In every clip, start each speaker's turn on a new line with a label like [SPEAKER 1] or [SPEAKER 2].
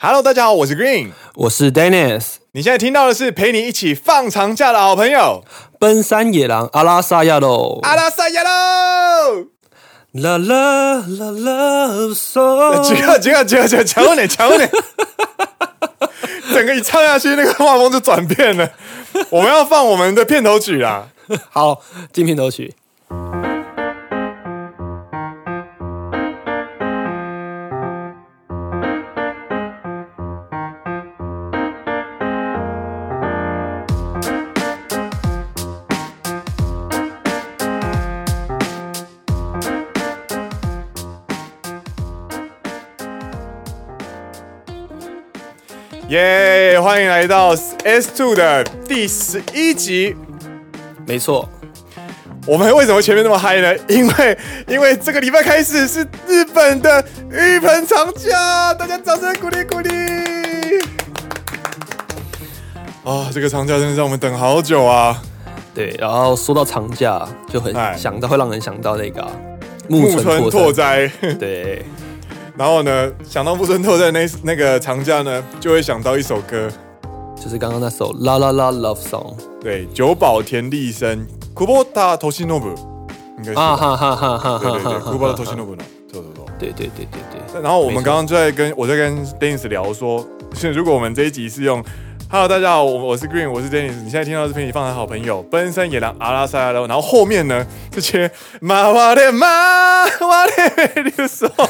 [SPEAKER 1] Hello，大家好，我是 Green。
[SPEAKER 2] 我是 Dennis，
[SPEAKER 1] 你现在听到的是陪你一起放长假的好朋友
[SPEAKER 2] 奔山野狼阿拉萨亚喽。
[SPEAKER 1] 阿拉萨亚喽！
[SPEAKER 2] 啦啦啦啦
[SPEAKER 1] 几
[SPEAKER 2] song，
[SPEAKER 1] 个几个几个几个，强点强点！整个一唱下去，那个画风就转变了。我们要放我们的片头曲啦。
[SPEAKER 2] 好，进片头曲。
[SPEAKER 1] 耶、欢迎来到 S Two 的第十一集。
[SPEAKER 2] 没错，
[SPEAKER 1] 我们为什么前面那么嗨呢？ 因为因为这个礼拜开始是日本的浴盆长假，大家掌声鼓励鼓励。啊、这个长假真的让我们等好久啊！
[SPEAKER 2] 对。然后说到长假，就很
[SPEAKER 1] 哎
[SPEAKER 2] 想到会让人想到那个啊木
[SPEAKER 1] 木村拓
[SPEAKER 2] 拓哉。
[SPEAKER 1] 哉，
[SPEAKER 2] 对，
[SPEAKER 1] 然后呢，想到木村拓哉那那个长假呢，就会想到一首歌，
[SPEAKER 2] 就是刚刚那首啦啦啦 love song
[SPEAKER 1] 对，久保田利生 Kubota Toshinobu，应该是
[SPEAKER 2] 啊
[SPEAKER 1] 吧，
[SPEAKER 2] 哈哈哈哈
[SPEAKER 1] 对对 对
[SPEAKER 2] 哈哈
[SPEAKER 1] ，Kubota
[SPEAKER 2] 哈哈。
[SPEAKER 1] Toshinobu，对对对。
[SPEAKER 2] 对对对对对，
[SPEAKER 1] 然后我们
[SPEAKER 2] 没错
[SPEAKER 1] 刚刚就在跟我在跟 Dennis 聊说， 是如果我们这一集是用 “Hello，大家好，我我是 Green，我是 Dennis”，你现在听到的是陪你放的好朋友奔山野狼阿拉萨拉，然后后面呢这些马哇的马哇的的时候，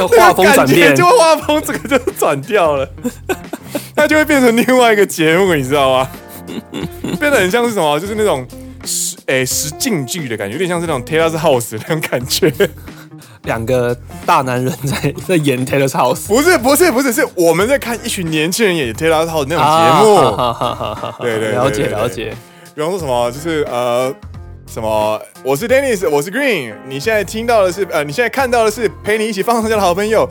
[SPEAKER 2] 要画风
[SPEAKER 1] 哦那个
[SPEAKER 2] 转
[SPEAKER 1] 感觉
[SPEAKER 2] 变，
[SPEAKER 1] 就画风整个就转掉了， 它就会变成另外一个节目，你知道吗？ 变得很像是什么，啊就是那种实诶实境剧的感觉，有点像是那种 Taylor House 那种感觉。
[SPEAKER 2] 两个大男人在在演 Taylor House
[SPEAKER 1] 不是不是不是，是我们在看一群年轻人演 Taylor House 那种
[SPEAKER 2] 啊
[SPEAKER 1] 节目，
[SPEAKER 2] 哈哈哈哈哈
[SPEAKER 1] 对对对
[SPEAKER 2] 了解
[SPEAKER 1] 对对
[SPEAKER 2] 了解。
[SPEAKER 1] 比方说什么，就是呃。什么？我是 Dennis，我是 Green。你现在听到的是，呃，你现在看到的是陪你一起放松假的好朋友，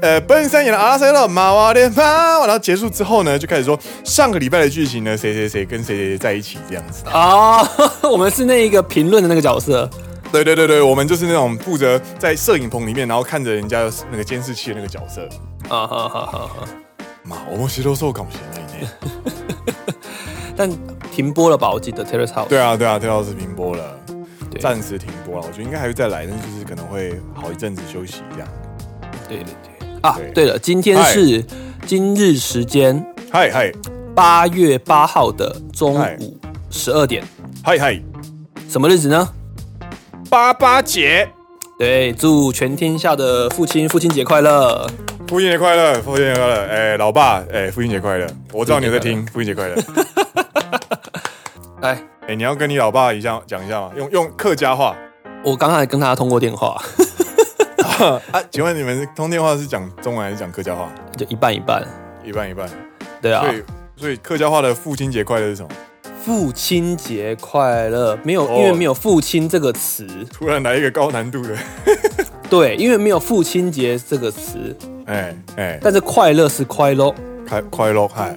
[SPEAKER 1] 呃，奔山野的阿拉塞勒马哇的马。然后结束之后呢，就开始说上个礼拜的剧情呢，谁谁谁跟谁谁谁在一起这样子。
[SPEAKER 2] 啊， 我们是那一个评论的那个角色，
[SPEAKER 1] 对对对对，我们就是那种负责在摄影棚里面，然后看着人家那个监视器的那个角色。
[SPEAKER 2] 啊哈哈哈哈！
[SPEAKER 1] 嘛，我们谁都受感情了呢。
[SPEAKER 2] 但停播了吧？我记得 Terrace House。
[SPEAKER 1] 对啊，对啊，对啊，是停播了，
[SPEAKER 2] 对
[SPEAKER 1] 暂时停播了。我觉得应该还会再来，但是就是可能会好一阵子休息这样。
[SPEAKER 2] 对对对啊
[SPEAKER 1] 对！
[SPEAKER 2] 对了，今天是今日时间
[SPEAKER 1] 嗨嗨
[SPEAKER 2] 八月八号的中
[SPEAKER 1] 嗨
[SPEAKER 2] 午十二点，
[SPEAKER 1] 嗨嗨，
[SPEAKER 2] 什么日子呢？
[SPEAKER 1] 八八节，
[SPEAKER 2] 对，祝全天下的父亲父亲节快乐！
[SPEAKER 1] 父亲节快乐，父亲节快乐！哎、老爸，哎、父亲节快乐！我知道你有在听，父亲节快乐。
[SPEAKER 2] 哎，
[SPEAKER 1] 哎、你要跟你老爸一下讲一下吗？用用客家话
[SPEAKER 2] 我刚才跟他通过电话，
[SPEAKER 1] 啊？请问你们通电话是讲中文还是讲客家话？
[SPEAKER 2] 就一半一半。
[SPEAKER 1] 一半一半。
[SPEAKER 2] 对啊
[SPEAKER 1] 所，以所以客家话的父亲节快乐是什么？
[SPEAKER 2] 父亲节快乐！没有，
[SPEAKER 1] 哦
[SPEAKER 2] 因为没有“父亲”这个词，
[SPEAKER 1] 突然来一个高难度的，
[SPEAKER 2] 对，因为没有“父亲节”这个词，
[SPEAKER 1] 哎哎、
[SPEAKER 2] 但是快乐是快乐，
[SPEAKER 1] 快快乐嗨！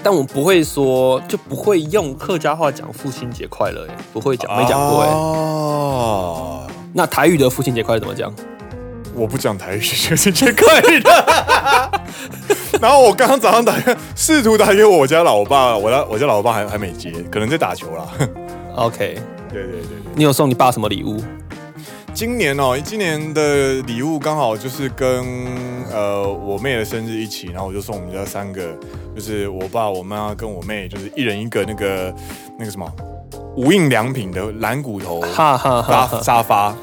[SPEAKER 2] 但我不会说，就不会用客家话讲父亲节快乐耶，不会讲，没讲过哎、
[SPEAKER 1] 哦
[SPEAKER 2] 那台语的父亲节快乐怎么讲？
[SPEAKER 1] 我不讲台语，学习节快乐。 然后我刚刚早上打电，试图打给我家老爸，我家我家老爸还还没接，可能在打球啦。
[SPEAKER 2] OK，
[SPEAKER 1] 对对对对，
[SPEAKER 2] 你有送你爸什么礼物？
[SPEAKER 1] 今年哦，今年的礼物刚好就是跟呃我妹的生日一起，然后我就送我们家三个，就是我爸、我妈跟我妹，就是一人一个那个那个什么无印良品的蓝骨头
[SPEAKER 2] 哈哈哈
[SPEAKER 1] 沙
[SPEAKER 2] 哈。
[SPEAKER 1] 沙发。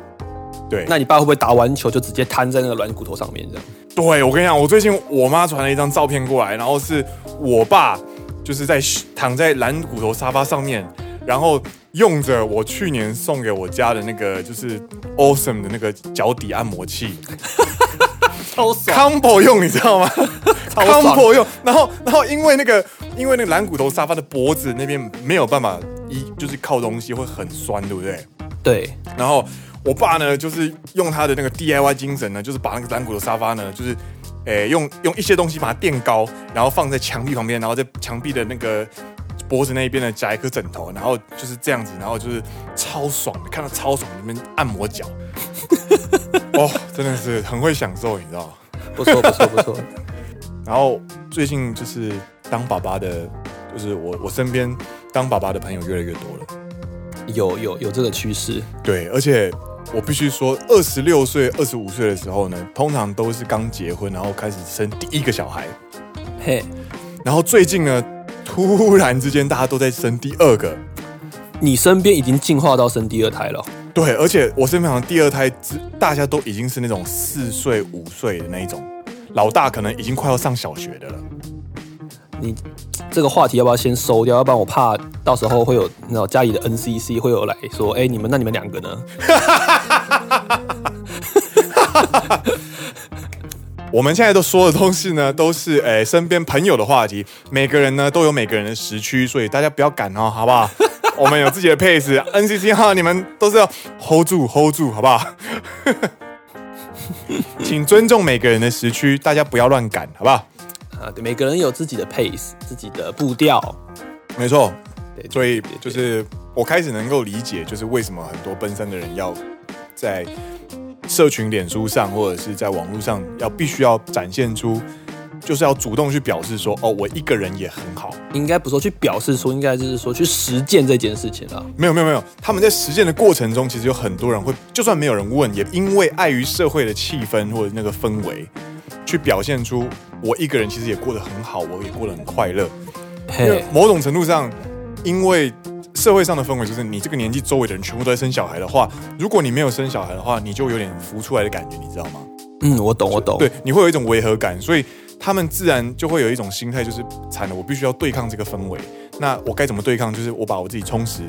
[SPEAKER 1] 对，
[SPEAKER 2] 那你爸会不会打完球就直接瘫在那个软骨头上面这样？
[SPEAKER 1] 对，我跟你讲，我最近我妈传了一张照片过来，然后是我爸就是在嘘躺在蓝骨头沙发上面，然后用着我去年送给我家的那个就是 Awesome 的那个脚底按摩器
[SPEAKER 2] 超爽，
[SPEAKER 1] combo 用，你知道吗
[SPEAKER 2] 超爽
[SPEAKER 1] ？combo 用，然后然后因为那个因为那个蓝骨头沙发的脖子那边没有办法一就是靠东西会很酸，对不对？
[SPEAKER 2] 对，
[SPEAKER 1] 然后我爸呢，就是用他的那个 DIY 精神呢，就是把那个蓝骨头沙发呢，就是诶、用用一些东西把它垫高，然后放在墙壁旁边，然后在墙壁的那个脖子那一边呢夹一颗枕头，然后就是这样子，然后就是超爽的，看到超爽，你们按摩脚， 哦，真的是很会享受，你知道吗？
[SPEAKER 2] 不错不错不错。
[SPEAKER 1] 然后最近就是当爸爸的，就是我我身边当爸爸的朋友越来越多了。
[SPEAKER 2] 有有有这个趋势，
[SPEAKER 1] 对，而且我必须说，二十六岁、二十五岁的时候呢，通常都是刚结婚，然后开始生第一个小孩。
[SPEAKER 2] 嘿，
[SPEAKER 1] 然后最近呢，突然之间大家都在生第二个。
[SPEAKER 2] 你身边已经进化到生第二胎了哦，
[SPEAKER 1] 对，而且我身边好像第二胎之，大家都已经是那种四岁、五岁的那一种，老大可能已经快要上小学的了。
[SPEAKER 2] 你这个话题要不要先收掉？要不然我怕到时候会有那种家里的 NCC 会有来说，哎、你们那你们两个呢？
[SPEAKER 1] 我们现在都说的东西呢， 都是诶、呃身边朋友的话题，每个人呢都有每个人的时区，所以大家不要赶哦，好不好？我们有自己的 pace。NCC 哈，你们都是要 hold 住，hold 住，好不好？请尊重每个人的时区，大家不要乱赶，好不好？
[SPEAKER 2] 啊，对，每个人有自己的 pace，自己的步调。
[SPEAKER 1] 没错，
[SPEAKER 2] 对，
[SPEAKER 1] 所以
[SPEAKER 2] 对
[SPEAKER 1] 就
[SPEAKER 2] 对
[SPEAKER 1] 是我开始能够理解，就是为什么很多奔三的人要在社群、脸书上或者是在网络上要必须要展现出，就是要主动去表示说，哦，我一个人也很好。
[SPEAKER 2] 应该不说去表示出，应该就是说去实践这件事情啊了。
[SPEAKER 1] 没有没有没有，他们在实践的过程中，其实有很多人会，就算没有人问，也因为碍于社会的气氛或者那个氛围，去表现出我一个人其实也过得很好，我也过得很快乐。因为
[SPEAKER 2] 嘿，
[SPEAKER 1] 某种程度上，因为社会上的氛围就是你这个年纪周围的人全部都在生小孩的话，如果你没有生小孩的话，你就有点浮出来的感觉，你知道吗？
[SPEAKER 2] 嗯，我懂，我懂。
[SPEAKER 1] 对，你会有一种违和感，所以他们自然就会有一种心态，就是惨了，我必须要对抗这个氛围。那我该怎么对抗？就是我把我自己充实，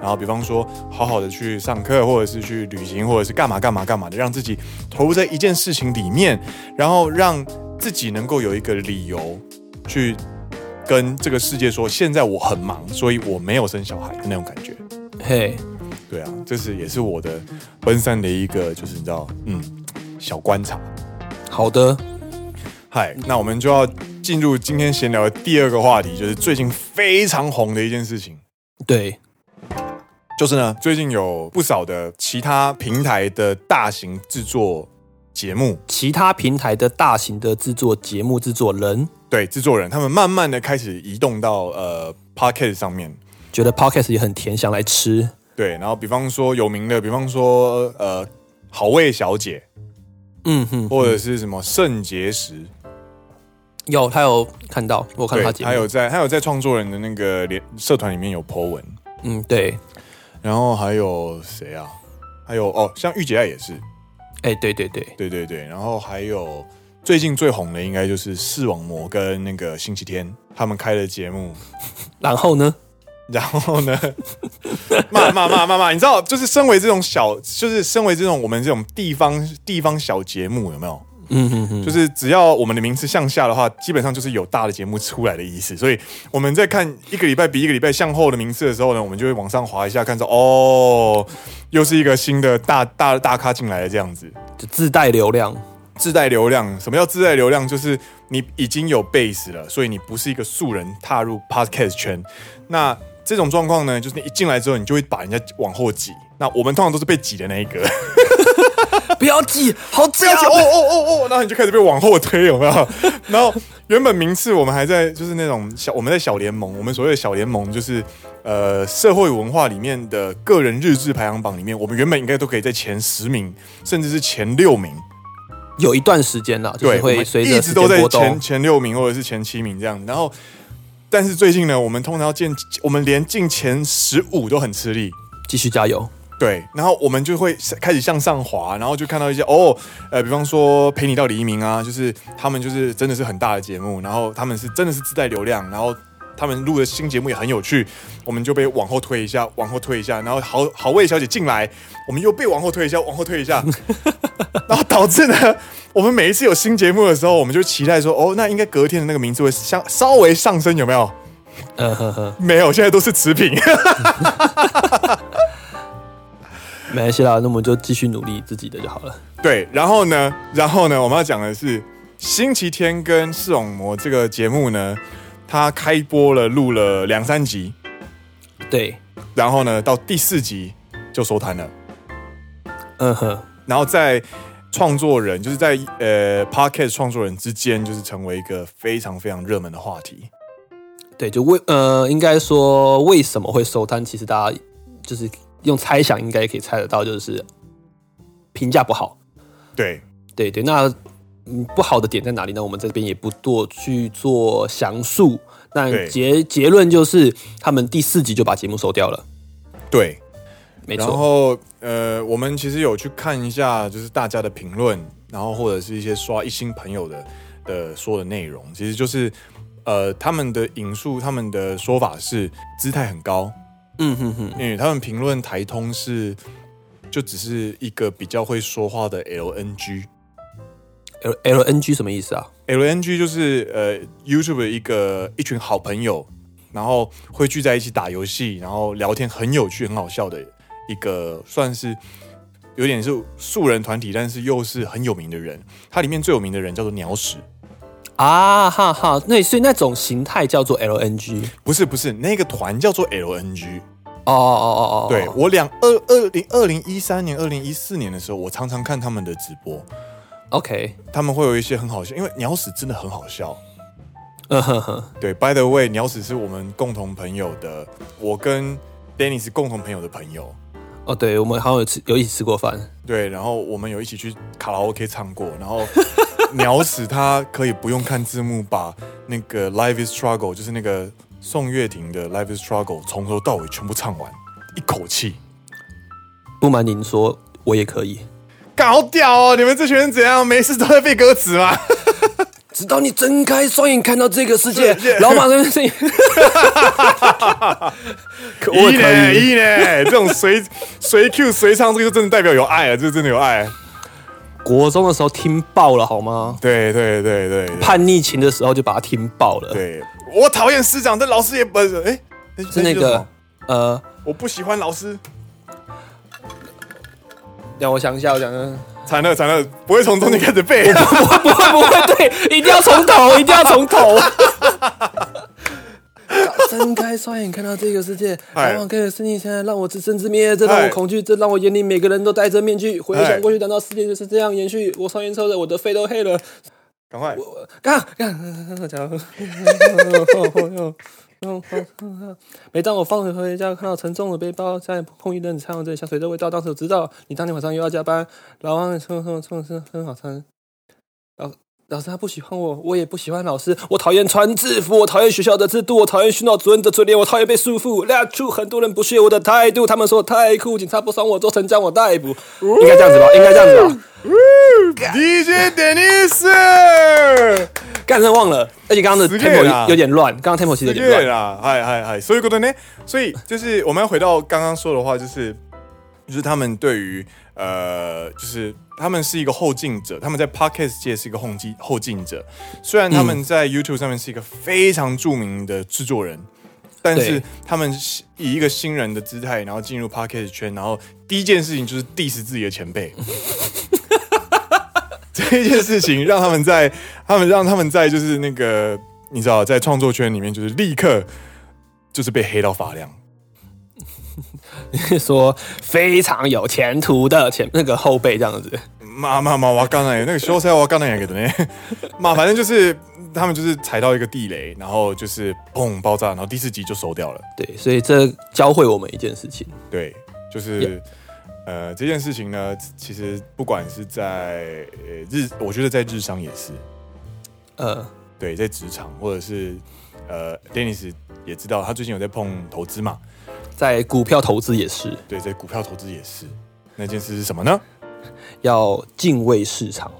[SPEAKER 1] 然后比方说好好的去上课，或者是去旅行，或者是干嘛干嘛干嘛的，让自己投入在一件事情里面，然后让自己能够有一个理由去跟这个世界说，现在我很忙，所以我没有生小孩的那种感觉。
[SPEAKER 2] 嘿，
[SPEAKER 1] 对啊，这是也是我的奔三的一个，就是你知道，嗯，小观察。
[SPEAKER 2] 好的，
[SPEAKER 1] 嗨，那我们就要进入今天闲聊的第二个话题，就是最近非常红的一件事情，
[SPEAKER 2] 对，
[SPEAKER 1] 就是呢，最近有不少的其他平台的大型制作节目，
[SPEAKER 2] 其他平台的大型的制作节目制作人
[SPEAKER 1] 对制作人，他们慢慢的开始移动到呃 p o c k e t 上面。
[SPEAKER 2] 觉得 podcast 也很甜，想来吃。
[SPEAKER 1] 对，然后比方说有名的，比方说呃好味小姐，
[SPEAKER 2] 嗯哼，
[SPEAKER 1] 或者是什么肾结石，
[SPEAKER 2] 有他有看到，我有看
[SPEAKER 1] 对
[SPEAKER 2] 到他，节目，
[SPEAKER 1] 还有在还有在创作人的那个联社团里面有 po 文，
[SPEAKER 2] 嗯，对，
[SPEAKER 1] 然后还有谁啊？还有哦，像御姐爱也是，
[SPEAKER 2] 哎、对对对，
[SPEAKER 1] 对对对，然后还有最近最红的应该就是视网膜跟那个星期天他们开的节目，
[SPEAKER 2] 然后呢？
[SPEAKER 1] 然后呢， 骂骂骂骂骂，你知道，就是身为这种小，就是身为这种我们这种地方地方小节目有没有？
[SPEAKER 2] 嗯哼哼，
[SPEAKER 1] 就是只要我们的名次向下的话，基本上就是有大的节目出来的意思。所以我们在看一个礼拜比一个礼拜向后的名次的时候呢，我们就会往上滑一下，看到哦，又是一个新的大大大咖进来了这样子。
[SPEAKER 2] 就自带流量，
[SPEAKER 1] 自带流量。什么叫自带流量？就是你已经有 base 了，所以你不是一个素人踏入 podcast 圈。那这种状况呢，就是你一进来之后，你就会把人家往后挤。那我们通常都是被挤的那一个，
[SPEAKER 2] 不要挤，好
[SPEAKER 1] 不
[SPEAKER 2] 挤
[SPEAKER 1] 要挤哦哦哦哦，然后你就开始被往后推，有没有？ 然后原本名次我们还在就是那种小，我们在小联盟，我们所谓的小联盟就是呃社会文化里面的个人日志排行榜里面，我们原本应该都可以在前十名，甚至是前六名。
[SPEAKER 2] 有一段时间了，就
[SPEAKER 1] 对，
[SPEAKER 2] 是
[SPEAKER 1] 我
[SPEAKER 2] 会
[SPEAKER 1] 们
[SPEAKER 2] 随
[SPEAKER 1] 一
[SPEAKER 2] 着
[SPEAKER 1] 直
[SPEAKER 2] 时
[SPEAKER 1] 都
[SPEAKER 2] 间
[SPEAKER 1] 在
[SPEAKER 2] 波
[SPEAKER 1] 前
[SPEAKER 2] 动，
[SPEAKER 1] 前六名或者是前七名这样。然后，但是最近呢，我们通常要进，我们连进前十五都很吃力。
[SPEAKER 2] 继续加油。
[SPEAKER 1] 对，然后我们就会开始向上滑，然后就看到一些哦，呃，比方说《陪你到黎明》啊，就是他们就是真的是很大的节目，然后他们是真的是自带流量，然后他们录的新节目也很有趣，我们就被往后推一下，往后推一下，然后好好味小姐进来，我们又被往后推一下，往后推一下，然后导致呢，我们每一次有新节目的时候，我们就期待说，哦，那应该隔天的那个名字会相稍微上升，有没有？
[SPEAKER 2] 嗯哼哼，
[SPEAKER 1] 没有，现在都是持平。
[SPEAKER 2] 没关系啦，那我们就继续努力自己的就好了。
[SPEAKER 1] 对，然后呢，然后呢，我们要讲的是星期天跟视网膜这个节目呢，它开播了，录了两三集，
[SPEAKER 2] 对，
[SPEAKER 1] 然后呢，到第四集就收摊了，
[SPEAKER 2] 嗯哼，
[SPEAKER 1] 然后在创作人，就是在呃 podcast 创作人之间，就是成为一个非常非常热门的话题。
[SPEAKER 2] 对，就为呃，应该说为什么会收摊？其实大家就是用猜想，应该也可以猜得到，就是评价不好。
[SPEAKER 1] 对，
[SPEAKER 2] 对对，那嗯不好的点在哪里呢？我们这边也不多去做详述。那
[SPEAKER 1] 对
[SPEAKER 2] 结结论就是，他们第四集就把节目收掉了。
[SPEAKER 1] 对，
[SPEAKER 2] 没
[SPEAKER 1] 然
[SPEAKER 2] 错，
[SPEAKER 1] 后呃，我们其实有去看一下，就是大家的评论，然后或者是一些刷一星朋友的的说的内容，其实就是呃他们的引述，他们的说法是姿态很高，
[SPEAKER 2] 嗯哼哼，
[SPEAKER 1] 因为他们评论台通是就只是一个比较会说话的 LNG。
[SPEAKER 2] L L N G 什么意思啊？
[SPEAKER 1] LNG 就是呃 YouTube 的一个一群好朋友，然后会聚在一起打游戏，然后聊天很有趣、很好笑的一个，算是有点是素人团体，但是又是很有名的人。它里面最有名的人叫做鸟屎，
[SPEAKER 2] 啊哈哈，那所以那种形态叫做 L N G。
[SPEAKER 1] 不是不是，那个团叫做 LNG。
[SPEAKER 2] 哦哦哦哦哦，
[SPEAKER 1] 对我两二二零二零一三年、二零一四年的时候，我常常看他们的直播，
[SPEAKER 2] ，OK，
[SPEAKER 1] 他们会有一些很好笑，因为鸟屎真的很好笑。
[SPEAKER 2] 嗯哼哼，
[SPEAKER 1] 对，By the way，鸟屎是我们共同朋友的，我跟 Dennis 共同朋友的朋友。
[SPEAKER 2] 哦，对，我们好像有吃有一起吃过饭。
[SPEAKER 1] 对，然后我们有一起去卡拉 OK 唱过，然 后鸟屎他可以不用看字幕，把那个《Life Is Struggle》就是那个宋岳庭的《Life Is Struggle》从头到尾全部唱完，一口气，
[SPEAKER 2] 不瞒您说，我也可以。
[SPEAKER 1] 干好屌哦！你们这群人怎样？没事都在背歌词吗？
[SPEAKER 2] 直到你睁开双眼看到这个世界
[SPEAKER 1] 世界，
[SPEAKER 2] 老马跟 声音，可我也可以。
[SPEAKER 1] 一呢， 这种随随 Q 随唱，这个就真的代表有爱啊，这真的有爱。
[SPEAKER 2] 国中的时候听爆了好吗？
[SPEAKER 1] 对对对对对
[SPEAKER 2] 叛逆期的时候就把它听爆了。，
[SPEAKER 1] 对，我讨厌师长，但老师也不是，哎、那那
[SPEAKER 2] 是那
[SPEAKER 1] 句叫什
[SPEAKER 2] 个
[SPEAKER 1] 么
[SPEAKER 2] 呃，
[SPEAKER 1] 我不喜欢老师。
[SPEAKER 2] 让我想一下，我想想，
[SPEAKER 1] 惨了惨了，不会从中间开始背。
[SPEAKER 2] 不会不会，对，一定要从头，一定要从头。 睁开双眼看到这个世界，
[SPEAKER 1] 哎
[SPEAKER 2] 老马跟声音现在让我自生自灭，这让
[SPEAKER 1] 哎
[SPEAKER 2] 我恐惧，这让我眼里每个人都戴着面具。回
[SPEAKER 1] 哎
[SPEAKER 2] 想过去，难道世界就是这样延续？我抽烟抽的，我的肺都黑了。
[SPEAKER 1] 赶快，
[SPEAKER 2] 干干讲，每当我放学回家，看到沉重的背包，在碰一阵掺有着香水的味道，当时我知道你当天晚上又要加班，老王冲冲冲是很好穿。老老师他不喜欢我，我也不喜欢老师，我讨厌穿制服，我讨厌学校的制度，我讨厌训导主任的嘴脸，我讨厌被束缚。拉出很多人不屑我的态度，他们说我太酷，警察不爽我，做成将我逮捕，应该这样子吧，应该这样子吧。
[SPEAKER 1] DJ Dennis，
[SPEAKER 2] 干真的忘了，而且刚刚的
[SPEAKER 1] 死 gay 啦
[SPEAKER 2] tempo 有点乱，刚刚 tempo 其实有点
[SPEAKER 1] 对
[SPEAKER 2] 乱。
[SPEAKER 1] 啦，嗨嗨嗨，所以こと呢，所以就是我们要回到刚刚说的话，就是就是他们对于呃，就是他们是一个后进者，他们在 podcast 界是一个后进后进者，虽然他们在 YouTube 上面是一个非常著名的制作人。但是
[SPEAKER 2] 对
[SPEAKER 1] 他们以一个新人的姿态，然后进入 podcast 圈，然后第一件事情就是 diss 自己的前辈， 这一件事情让他们在他们让他们在就是那个你知道在创作圈里面就是立刻就是被黑到发亮，
[SPEAKER 2] 说非常有前途的前那个后辈这样子。
[SPEAKER 1] 嘛嘛嘛！我刚才那个修赛，我刚才也给呢， 嘛，反正就是他们就是踩到一个地雷，然后就是砰爆炸，然后第四集就收掉了。
[SPEAKER 2] 对，所以这教会我们一件事情，
[SPEAKER 1] 对，就是。
[SPEAKER 2] Yeah
[SPEAKER 1] 呃，这件事情呢，其实不管是在呃日，我觉得在日商也是，
[SPEAKER 2] 呃，
[SPEAKER 1] 对，在职场或者是呃，Dennis 也知道，他最近有在碰投资嘛，
[SPEAKER 2] 在股票投资也是
[SPEAKER 1] 对，在股票投资也是。那件事是什么呢？
[SPEAKER 2] 要敬畏市场。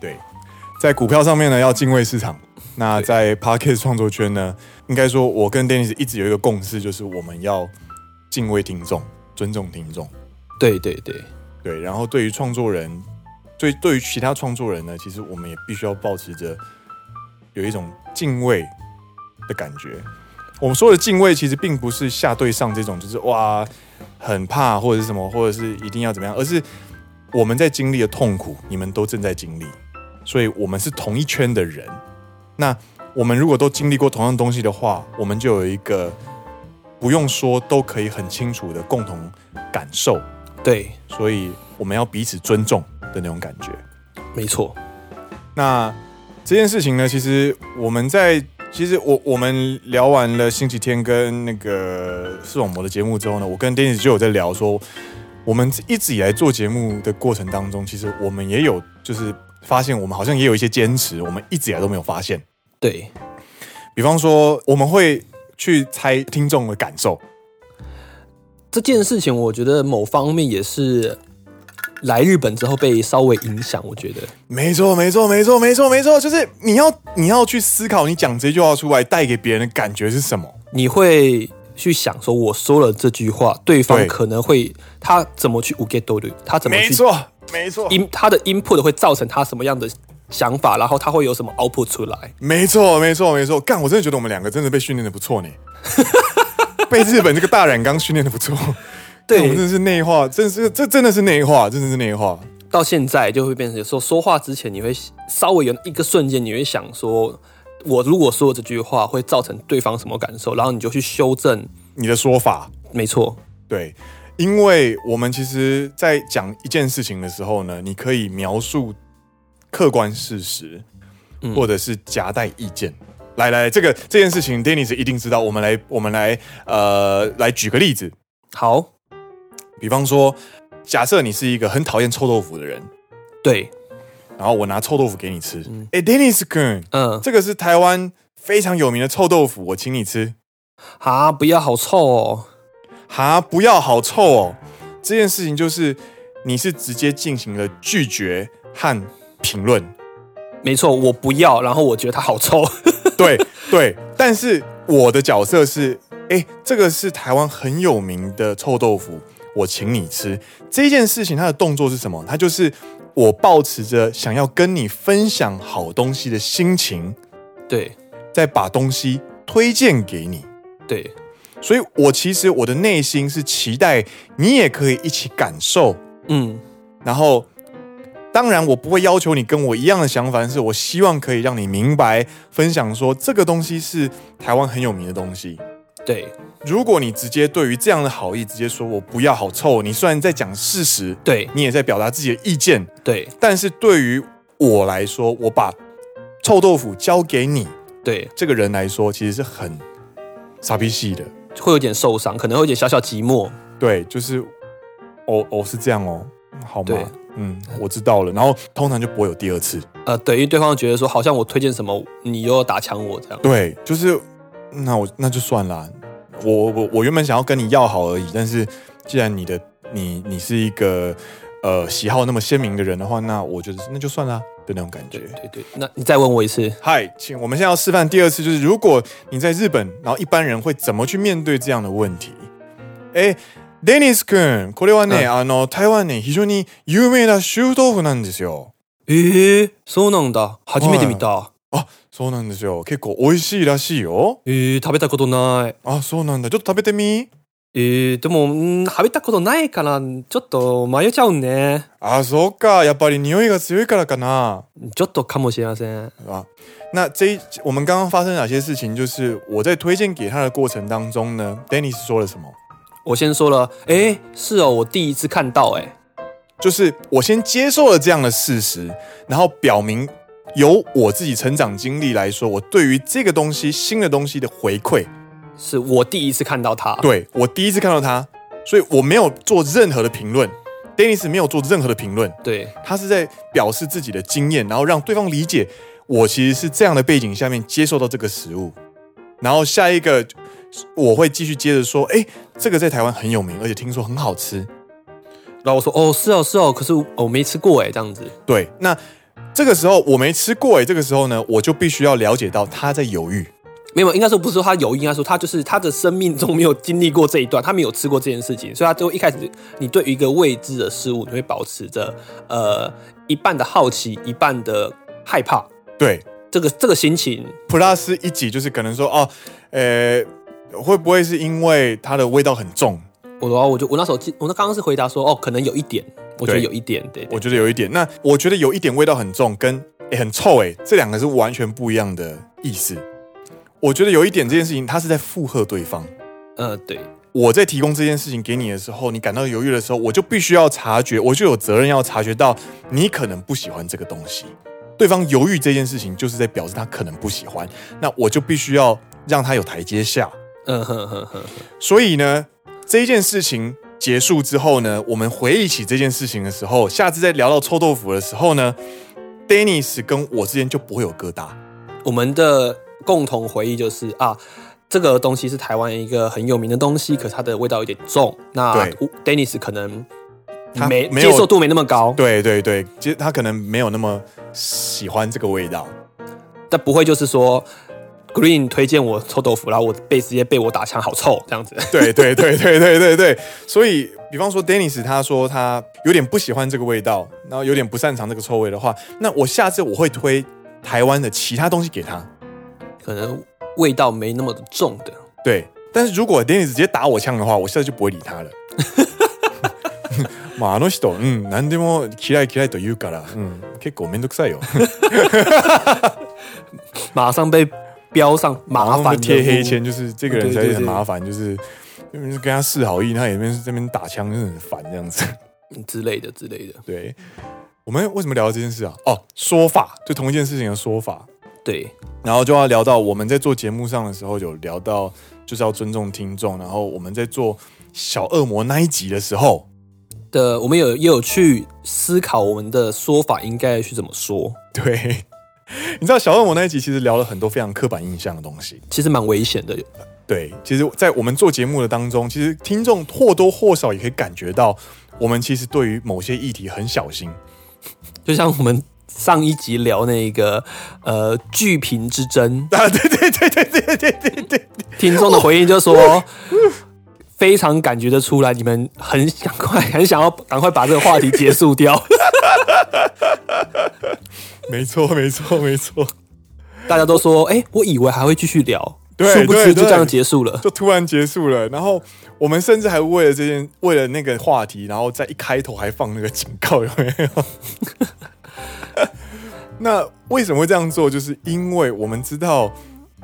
[SPEAKER 1] 对，在股票上面呢，要敬畏市场。那在 Podcast 创作圈呢，应该说，我跟 Dennis 一直有一个共识，就是我们要敬畏听众，尊重听众。
[SPEAKER 2] 对对对，
[SPEAKER 1] 对，然后对于创作人，对对于其他创作人呢，其实我们也必须要保持着有一种敬畏的感觉。我们说的敬畏，其实并不是下对上这种，就是哇很怕或者是什么，或者是一定要怎么样，而是我们在经历的痛苦，你们都正在经历，所以我们是同一圈的人。那我们如果都经历过同样东西的话，我们就有一个不用说都可以很清楚的共同感受。
[SPEAKER 2] 对
[SPEAKER 1] 所以我们要彼此尊重的那种感觉。
[SPEAKER 2] 没错，
[SPEAKER 1] 那这件事情呢，其实我们在其实我我们聊完了星期天跟那个视网膜的节目之后呢，我跟 Dennis 就有在聊说，我们一直以来做节目的过程当中，其实我们也有就是发现，我们好像也有一些坚持，我们一直以来都没有发现。
[SPEAKER 2] 对，
[SPEAKER 1] 比方说，我们会去猜听众的感受，
[SPEAKER 2] 这件事情我觉得某方面也是来日本之后被稍微影响，我觉得
[SPEAKER 1] 没错，没错，没错，没错，没错，就是你要你要去思考，你讲这句话出来带给别人的感觉是什么。
[SPEAKER 2] 你会去想说，我说了这句话，对方
[SPEAKER 1] 对
[SPEAKER 2] 可能会他怎么去 u get do 他怎么
[SPEAKER 1] 没
[SPEAKER 2] 去
[SPEAKER 1] 错，没错，
[SPEAKER 2] 音他的 input 会造成他什么样的想法，然后他会有什么 output 出来。
[SPEAKER 1] 没错，没错，没错。干，我真的觉得我们两个真的被训练的不错呢， 被日本这个大染缸训练的不错。
[SPEAKER 2] 对
[SPEAKER 1] 干我们真的是内化，真的是这真的是内化，真的是内化。
[SPEAKER 2] 到现在就会变成有时候说话之前，你会稍微有一个瞬间，你会想说，我如果说了这句话会造成对方什么感受，然后你就去修正。
[SPEAKER 1] 你的说法，
[SPEAKER 2] 没错，
[SPEAKER 1] 对，因为我们其实，在讲一件事情的时候呢，你可以描述客观事实，
[SPEAKER 2] 嗯
[SPEAKER 1] 或者是夹带意见。来来，这个这件事情，Dennis 一定知道。我们来，我们来，呃，来举个例子，
[SPEAKER 2] 好，
[SPEAKER 1] 比方说，假设你是一个很讨厌臭豆腐的人，
[SPEAKER 2] 对，
[SPEAKER 1] 然后我拿臭豆腐给你吃。哎、d e n n i s 哥，
[SPEAKER 2] 嗯，
[SPEAKER 1] 这个是台湾非常有名的臭豆腐，我请你吃。
[SPEAKER 2] 啊，不要好臭哦，
[SPEAKER 1] 哈，不要好臭哦！这件事情就是你是直接进行了拒绝和评论，
[SPEAKER 2] 没错，我不要，然后我觉得它好臭，
[SPEAKER 1] 对对。但是我的角色是，哎、这个是台湾很有名的臭豆腐，我请你吃。这件事情它的动作是什么？它就是我保持着想要跟你分享好东西的心情，
[SPEAKER 2] 对
[SPEAKER 1] 再把东西推荐给你。
[SPEAKER 2] 对，
[SPEAKER 1] 所以我其实我的内心是期待你也可以一起感受，
[SPEAKER 2] 嗯，
[SPEAKER 1] 然后当然我不会要求你跟我一样的想法，但是我希望可以让你明白分享说这个东西是台湾很有名的东西。
[SPEAKER 2] 对
[SPEAKER 1] 如果你直接对于这样的好意直接说我不要好臭，你虽然在讲事实，
[SPEAKER 2] 对
[SPEAKER 1] 你也在表达自己的意见，
[SPEAKER 2] 对
[SPEAKER 1] 但是对于我来说，我把臭豆腐交给你
[SPEAKER 2] 对，
[SPEAKER 1] 这个人来说，其实是很傻逼戏的。
[SPEAKER 2] 会有点受伤，可能会有点小小寂寞，
[SPEAKER 1] 对，就是哦哦是这样哦，好
[SPEAKER 2] 对
[SPEAKER 1] 吗？嗯，我知道了。然后通常就不会有第二次。
[SPEAKER 2] 呃，对，因为对方觉得说好像我推荐什么，你又要打枪我这样，
[SPEAKER 1] 对，就是那我那就算啦。我我我原本想要跟你要好而已，但是既然你的你你是一个呃喜好那么鲜明的人的话，那我觉得那就算啦的那种感
[SPEAKER 2] 对
[SPEAKER 1] 觉。
[SPEAKER 2] 对对，那你再问我一次，
[SPEAKER 1] 嗨，请我们现在要示范第二次，就是如果你在日本，然后一般人会怎么去面对这样的问题？哎，Dennis 君、これはね、あの台湾ね非常に有名な臭豆腐なんですよ。
[SPEAKER 2] えー、そうなんだ。初めて見た。
[SPEAKER 1] そうなんですよ。結構美味しいらしいよ。
[SPEAKER 2] えー、食べたことない。
[SPEAKER 1] あ、そうなんだ。ちょっと食べてみ。
[SPEAKER 2] えー、でも、んー食べたことないから、ちょっと迷っちゃうね。
[SPEAKER 1] あ、啊そうか。やっぱり匂いが強いからかな。
[SPEAKER 2] ちょっとかもしれません。
[SPEAKER 1] 啊，那这一我们刚刚发生哪些事情？就是我在推荐给他的过程当中呢，Dennis 说了什么？
[SPEAKER 2] 我先说了，诶，是哦，我第一次看到、诶，
[SPEAKER 1] 就是我先接受了这样的事实，然后表明由我自己成长经历来说，我对于这个东西新的东西的回馈，
[SPEAKER 2] 是我第一次看到它。，
[SPEAKER 1] 对我第一次看到它，所以我没有做任何的评论，Dennis 没有做任何的评论，
[SPEAKER 2] 对，
[SPEAKER 1] 他是在表示自己的经验，然后让对方理解我其实是这样的背景下面接受到这个食物。然后下一个我会继续接着说，哎，这个在台湾很有名，而且听说很好吃。
[SPEAKER 2] 然后我说，哦，是哦，是哦，可是我我没吃过、诶，这样子。
[SPEAKER 1] 对，那这个时候我没吃过哎，这个时候呢，我就必须要了解到他在犹豫。
[SPEAKER 2] 没有，应该说不是说他有意，应该说他就是他的生命中没有经历过这一段，他没有吃过这件事情，所以他就一开始你对于一个未知的事物，你会保持着呃一半的好奇，一半的害怕，
[SPEAKER 1] 对
[SPEAKER 2] 这个这个心情，
[SPEAKER 1] ，plus 一级就是可能说哦，呃，会不会是因为它的味道很重？
[SPEAKER 2] 我然后我就我那时候记，我那刚刚是回答说哦，可能有一点，我觉得
[SPEAKER 1] 对
[SPEAKER 2] 有一点，对对
[SPEAKER 1] 我觉得有一点。那我觉得有一点味道很重，跟诶很臭诶，这两个是完全不一样的意思。我觉得有一点这件事情，他是在附和对方。
[SPEAKER 2] 呃对，
[SPEAKER 1] 我在提供这件事情给你的时候，你感到犹豫的时候，我就必须要察觉，我就有责任要察觉到你可能不喜欢这个东西。对方犹豫这件事情，就是在表示他可能不喜欢，那我就必须要让他有台阶下。
[SPEAKER 2] 嗯哼哼哼，
[SPEAKER 1] 所以呢，这一件事情结束之后呢，我们回忆起这件事情的时候，下次再聊到臭豆腐的时候呢，Dennis 跟我之间就不会有疙瘩。
[SPEAKER 2] 我们的共同回忆就是啊，这个东西是台湾一个很有名的东西，可是它的味道有点重。那
[SPEAKER 1] 对
[SPEAKER 2] Dennis 可能
[SPEAKER 1] 他
[SPEAKER 2] 没
[SPEAKER 1] 没有
[SPEAKER 2] 接受度没那么高，
[SPEAKER 1] 对对对，其实他可能没有那么喜欢这个味道。
[SPEAKER 2] 但不会就是说 Green 推荐我臭豆腐，然后我被直接被我打枪，好臭这样子。
[SPEAKER 1] 对对对对对对对，所以比方说 Dennis 他说他有点不喜欢这个味道，然后有点不擅长这个臭味的话，那我下次我会推台湾的其他东西给他。
[SPEAKER 2] 可能味道没那么重的。
[SPEAKER 1] 对，但是如果 Dennis 直接打我枪的话，我下次就不会理他 了。まああの人、嗯うん、何でも嫌い嫌いと言うから、うん、結構めんどくさいよ。
[SPEAKER 2] 马上被标上 麻
[SPEAKER 1] 然后
[SPEAKER 2] 烦
[SPEAKER 1] 被贴黑签，
[SPEAKER 2] 人物。
[SPEAKER 1] 就是这个人才很麻烦，就是嗯跟他示好意，他也在那边在那边打枪，就是很烦这样子。
[SPEAKER 2] 嗯之类的之类的。
[SPEAKER 1] 对，我们为什么聊到这件事啊？哦，说法，就同一件事情的说法，
[SPEAKER 2] 对，
[SPEAKER 1] 然后就要聊到我们在做节目上的时候有聊到，就是要尊重听众。然后我们在做小恶魔那一集的时候，
[SPEAKER 2] 的我们有也有去思考我们的说法应该去怎么说，
[SPEAKER 1] 对，你知道小恶魔那一集其实聊了很多非常刻板印象的东西。
[SPEAKER 2] 其实蛮危险的。
[SPEAKER 1] 对，其实，在我们做节目的当中，其实听众或多或少也可以感觉到，我们其实对于某些议题很小心。
[SPEAKER 2] 就像我们上一集聊那个呃剧评之争，
[SPEAKER 1] 啊，对对对对对对对对，
[SPEAKER 2] 听众的回应就说。非常感觉得出来，你们很想快， 很想要赶快把这个话题结束掉。
[SPEAKER 1] 没错没错没错，
[SPEAKER 2] 大家都说，哎、我以为还会继续聊，
[SPEAKER 1] 对
[SPEAKER 2] 殊不知
[SPEAKER 1] 对
[SPEAKER 2] 就这样
[SPEAKER 1] 对
[SPEAKER 2] 结束了。
[SPEAKER 1] 就突然结束了。然后我们甚至还为了这件，为了那个话题，然后在一开头还放那个警告，有没有？ 那为什么会这样做？就是因为我们知道，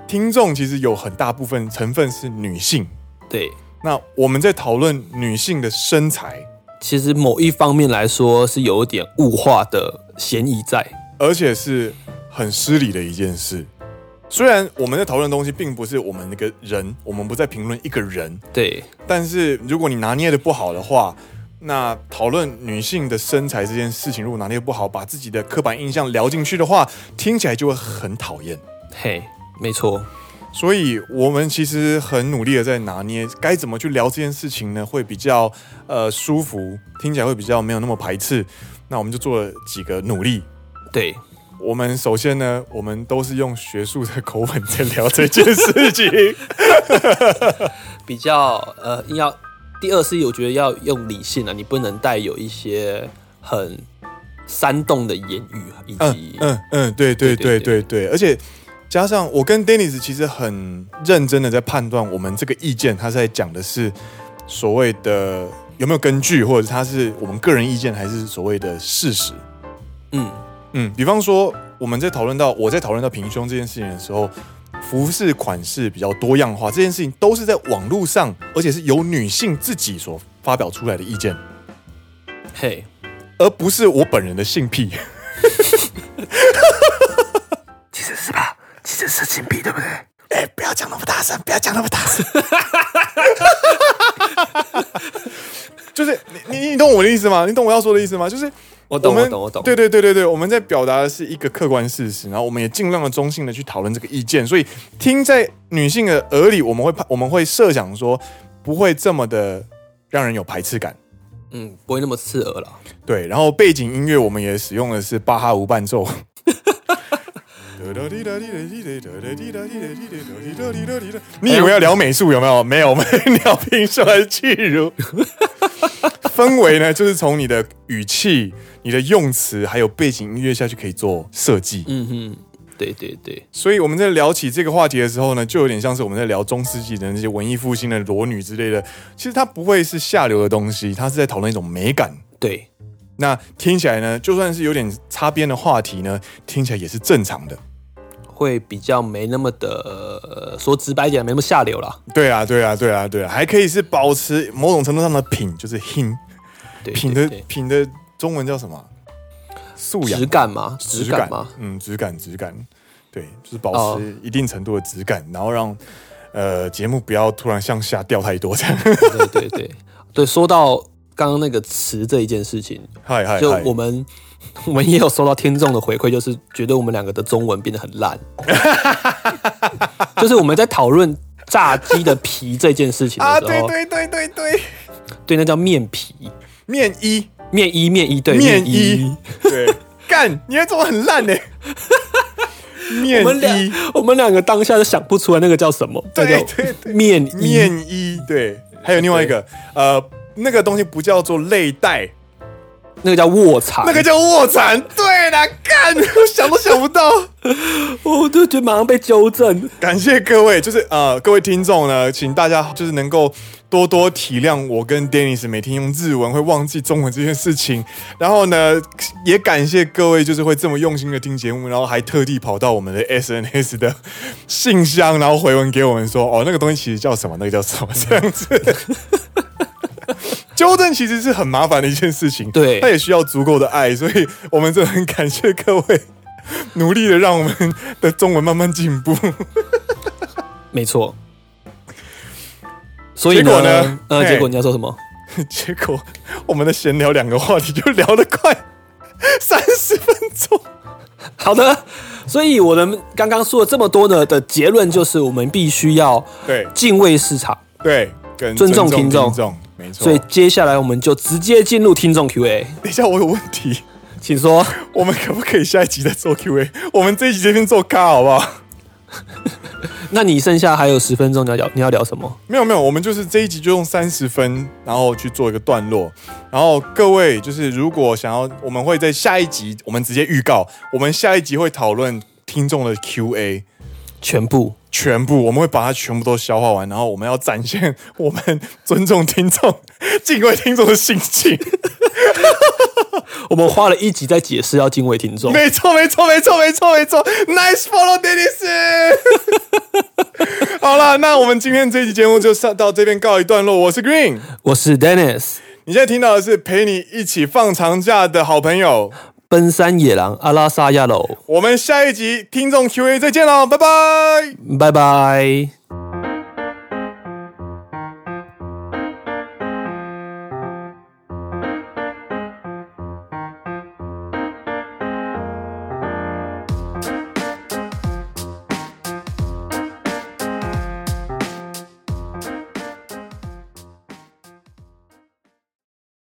[SPEAKER 1] 听众其实有很大部分成分是女性。
[SPEAKER 2] 对，
[SPEAKER 1] 那我们在讨论女性的身材，
[SPEAKER 2] 其实某一方面来说是有点物化的嫌疑在。
[SPEAKER 1] 而且是很失礼的一件事。虽然我们在讨论的东西并不是我们那个人，我们不在评论一个人，
[SPEAKER 2] 对，
[SPEAKER 1] 但是如果你拿捏的不好的话，那讨论女性的身材这件事情，如果拿捏不好，把自己的刻板印象聊进去的话，听起来就会很讨厌。
[SPEAKER 2] 嘿，没错，
[SPEAKER 1] 所以，我们其实很努力的在拿捏该怎么去聊这件事情呢，会比较呃舒服，听起来会比较没有那么排斥。那我们就做了几个努力，
[SPEAKER 2] 对，
[SPEAKER 1] 我们首先呢，我们都是用学术的口吻在聊这件事情。
[SPEAKER 2] 比较呃要第二是我觉得要用理性啊，你不能带有一些很煽动的言语以及、
[SPEAKER 1] 嗯嗯，对对
[SPEAKER 2] 对
[SPEAKER 1] 对对
[SPEAKER 2] 对
[SPEAKER 1] 对，而且加上我跟 Dennis 其实很认真的在判断我们这个意见，他在讲的是所谓的有没有根据，或者他是我们个人意见，还是所谓的事实。
[SPEAKER 2] 嗯
[SPEAKER 1] 嗯，比方说我们在讨论到我在讨论到平胸这件事情的时候，服饰款式比较多样化这件事情，都是在网络上，而且是由女性自己所发表出来的意见，
[SPEAKER 2] 嘿，
[SPEAKER 1] 而不是我本人的性癖。
[SPEAKER 2] 其实是吧，其实是金币对不对？
[SPEAKER 1] 哎、不要讲那么大声，不要讲那么大声。 就是你你你懂我的意思吗？你懂我要说的意思吗？就是
[SPEAKER 2] 我懂
[SPEAKER 1] 们
[SPEAKER 2] 我懂我懂
[SPEAKER 1] 对对对对对，我们在表达的是一个客观事实，然后我们也尽量的中性的去讨论这个意见，所以听在女性的耳里，我们会怕，我们会设想说不会这么的让人有排斥感。
[SPEAKER 2] 嗯，不会那么刺耳了。
[SPEAKER 1] 对，然后背景音乐我们也使用的是巴哈无伴奏。你以为要聊美术有没有？没有，我们聊评说还是巨乳。氛围呢，就是从你的语气、你的用词，还有背景音乐下去可以做设计。
[SPEAKER 2] 嗯哼，对对对，
[SPEAKER 1] 所以我们在聊起这个话题的时候呢，就有点像是我们在聊中世纪的那些文艺复兴的裸女之类的。其实它不会是下流的东西，它是在讨论一种美感。
[SPEAKER 2] 对，
[SPEAKER 1] 那听起来呢，就算是有点擦边的话题呢，听起来也是正常的。
[SPEAKER 2] 会比较没那么的、呃说直白一点，没那么下流啦。
[SPEAKER 1] 对啊，对啊，对啊，对啊，还可以是保持某种程度上的品， 就是 hin
[SPEAKER 2] 对，
[SPEAKER 1] 品
[SPEAKER 2] 对
[SPEAKER 1] 的
[SPEAKER 2] 对
[SPEAKER 1] 品的中文叫什么？素养
[SPEAKER 2] 质、感嘛，质
[SPEAKER 1] 质
[SPEAKER 2] 感嘛，
[SPEAKER 1] 嗯，质感，质感，对，就是保持一定程度的质感，然后让呃节目不要突然向下掉太多这 样。
[SPEAKER 2] 对对对 对。说到刚刚那个词这一件事情，
[SPEAKER 1] 嗨嗨
[SPEAKER 2] 就
[SPEAKER 1] 哎嗨
[SPEAKER 2] 我们 我们也有收到听众的回馈，就是觉得我们两个的中文变得很 烂，就是我们在讨论炸鸡的皮这件事情
[SPEAKER 1] 啊，
[SPEAKER 2] 的时
[SPEAKER 1] 对
[SPEAKER 2] 候，
[SPEAKER 1] 对对对对，
[SPEAKER 2] 对，那叫面皮。
[SPEAKER 1] 面衣
[SPEAKER 2] 面衣，面衣，对，
[SPEAKER 1] 面
[SPEAKER 2] 衣
[SPEAKER 1] 衣。，对，干，你还做的很 烂呢、欸面
[SPEAKER 2] 我们
[SPEAKER 1] 衣
[SPEAKER 2] 两，我们两个当下都想不出来那个叫什么，
[SPEAKER 1] 对
[SPEAKER 2] 那叫
[SPEAKER 1] 对
[SPEAKER 2] 面衣，
[SPEAKER 1] 面衣，对，还有另外一个呃。那个东西不叫做泪带，
[SPEAKER 2] 那个叫卧蚕，
[SPEAKER 1] 那个叫卧蚕。对啦，干，我想都想不到。
[SPEAKER 2] 哦我就觉得马上被纠正。
[SPEAKER 1] 感谢各位，就是呃，各位听众呢，请大家就是能够多多体谅我跟 Dennis 每天用日文会忘记中文这件事情。然后呢， 也感谢各位就是会这么用心的听节目，然后还特地跑到我们的 SNS 的信箱，然后回文给我们说，哦，那个东西其实叫什么，那个叫什么，这样子。 纠正其实是很麻烦的一件事情，
[SPEAKER 2] 对
[SPEAKER 1] 它也需要足够的爱，所以我们真的很感谢各位努力的让我们的中文慢慢进步。
[SPEAKER 2] 没错。所以
[SPEAKER 1] 结果呢
[SPEAKER 2] 呃，
[SPEAKER 1] 嘿
[SPEAKER 2] 结果你要说什么？
[SPEAKER 1] 结果我们的闲聊两个话题就聊了快三十分钟。
[SPEAKER 2] 好的，所以我们刚刚说了这么多呢的结论就是，我们必须要
[SPEAKER 1] 对
[SPEAKER 2] 敬畏市场。
[SPEAKER 1] 对，跟
[SPEAKER 2] 尊重听
[SPEAKER 1] 听
[SPEAKER 2] 众
[SPEAKER 1] 众，没错。
[SPEAKER 2] 所以接下来我们就直接进入听众 Q&A，
[SPEAKER 1] 等一下我有问题，
[SPEAKER 2] 请说。
[SPEAKER 1] 我们可不可以下一集再做 Q&A？我 们这一集这边做咖好不好？
[SPEAKER 2] 那你剩下还有十分钟，你要聊你要聊什么？
[SPEAKER 1] 没有没有，我们就是这一集就用三十分，然后去做一个段落。然后各位就是如果想要，我们会在下一集，我们直接预告，我们下一集会讨论听众的 Q&A。
[SPEAKER 2] 全部。
[SPEAKER 1] 全部，我们会把它全部都消化完，然后我们要展现我们尊重听众、敬畏听众的心情。
[SPEAKER 2] 我们花了一集在解释要敬畏听众。
[SPEAKER 1] 没错，没错，没错，没错，没错。Nice follow, Dennis。好了，那我们今天这期节目就上到这边告一段落。我是 Green，
[SPEAKER 2] 我是 Dennis，
[SPEAKER 1] 你现在听到的是陪你一起放长假的好朋友。
[SPEAKER 2] 奔山野狼阿拉萨亚喽，
[SPEAKER 1] 我们下一集听众 Q&A 再见喽，拜拜。
[SPEAKER 2] 拜拜。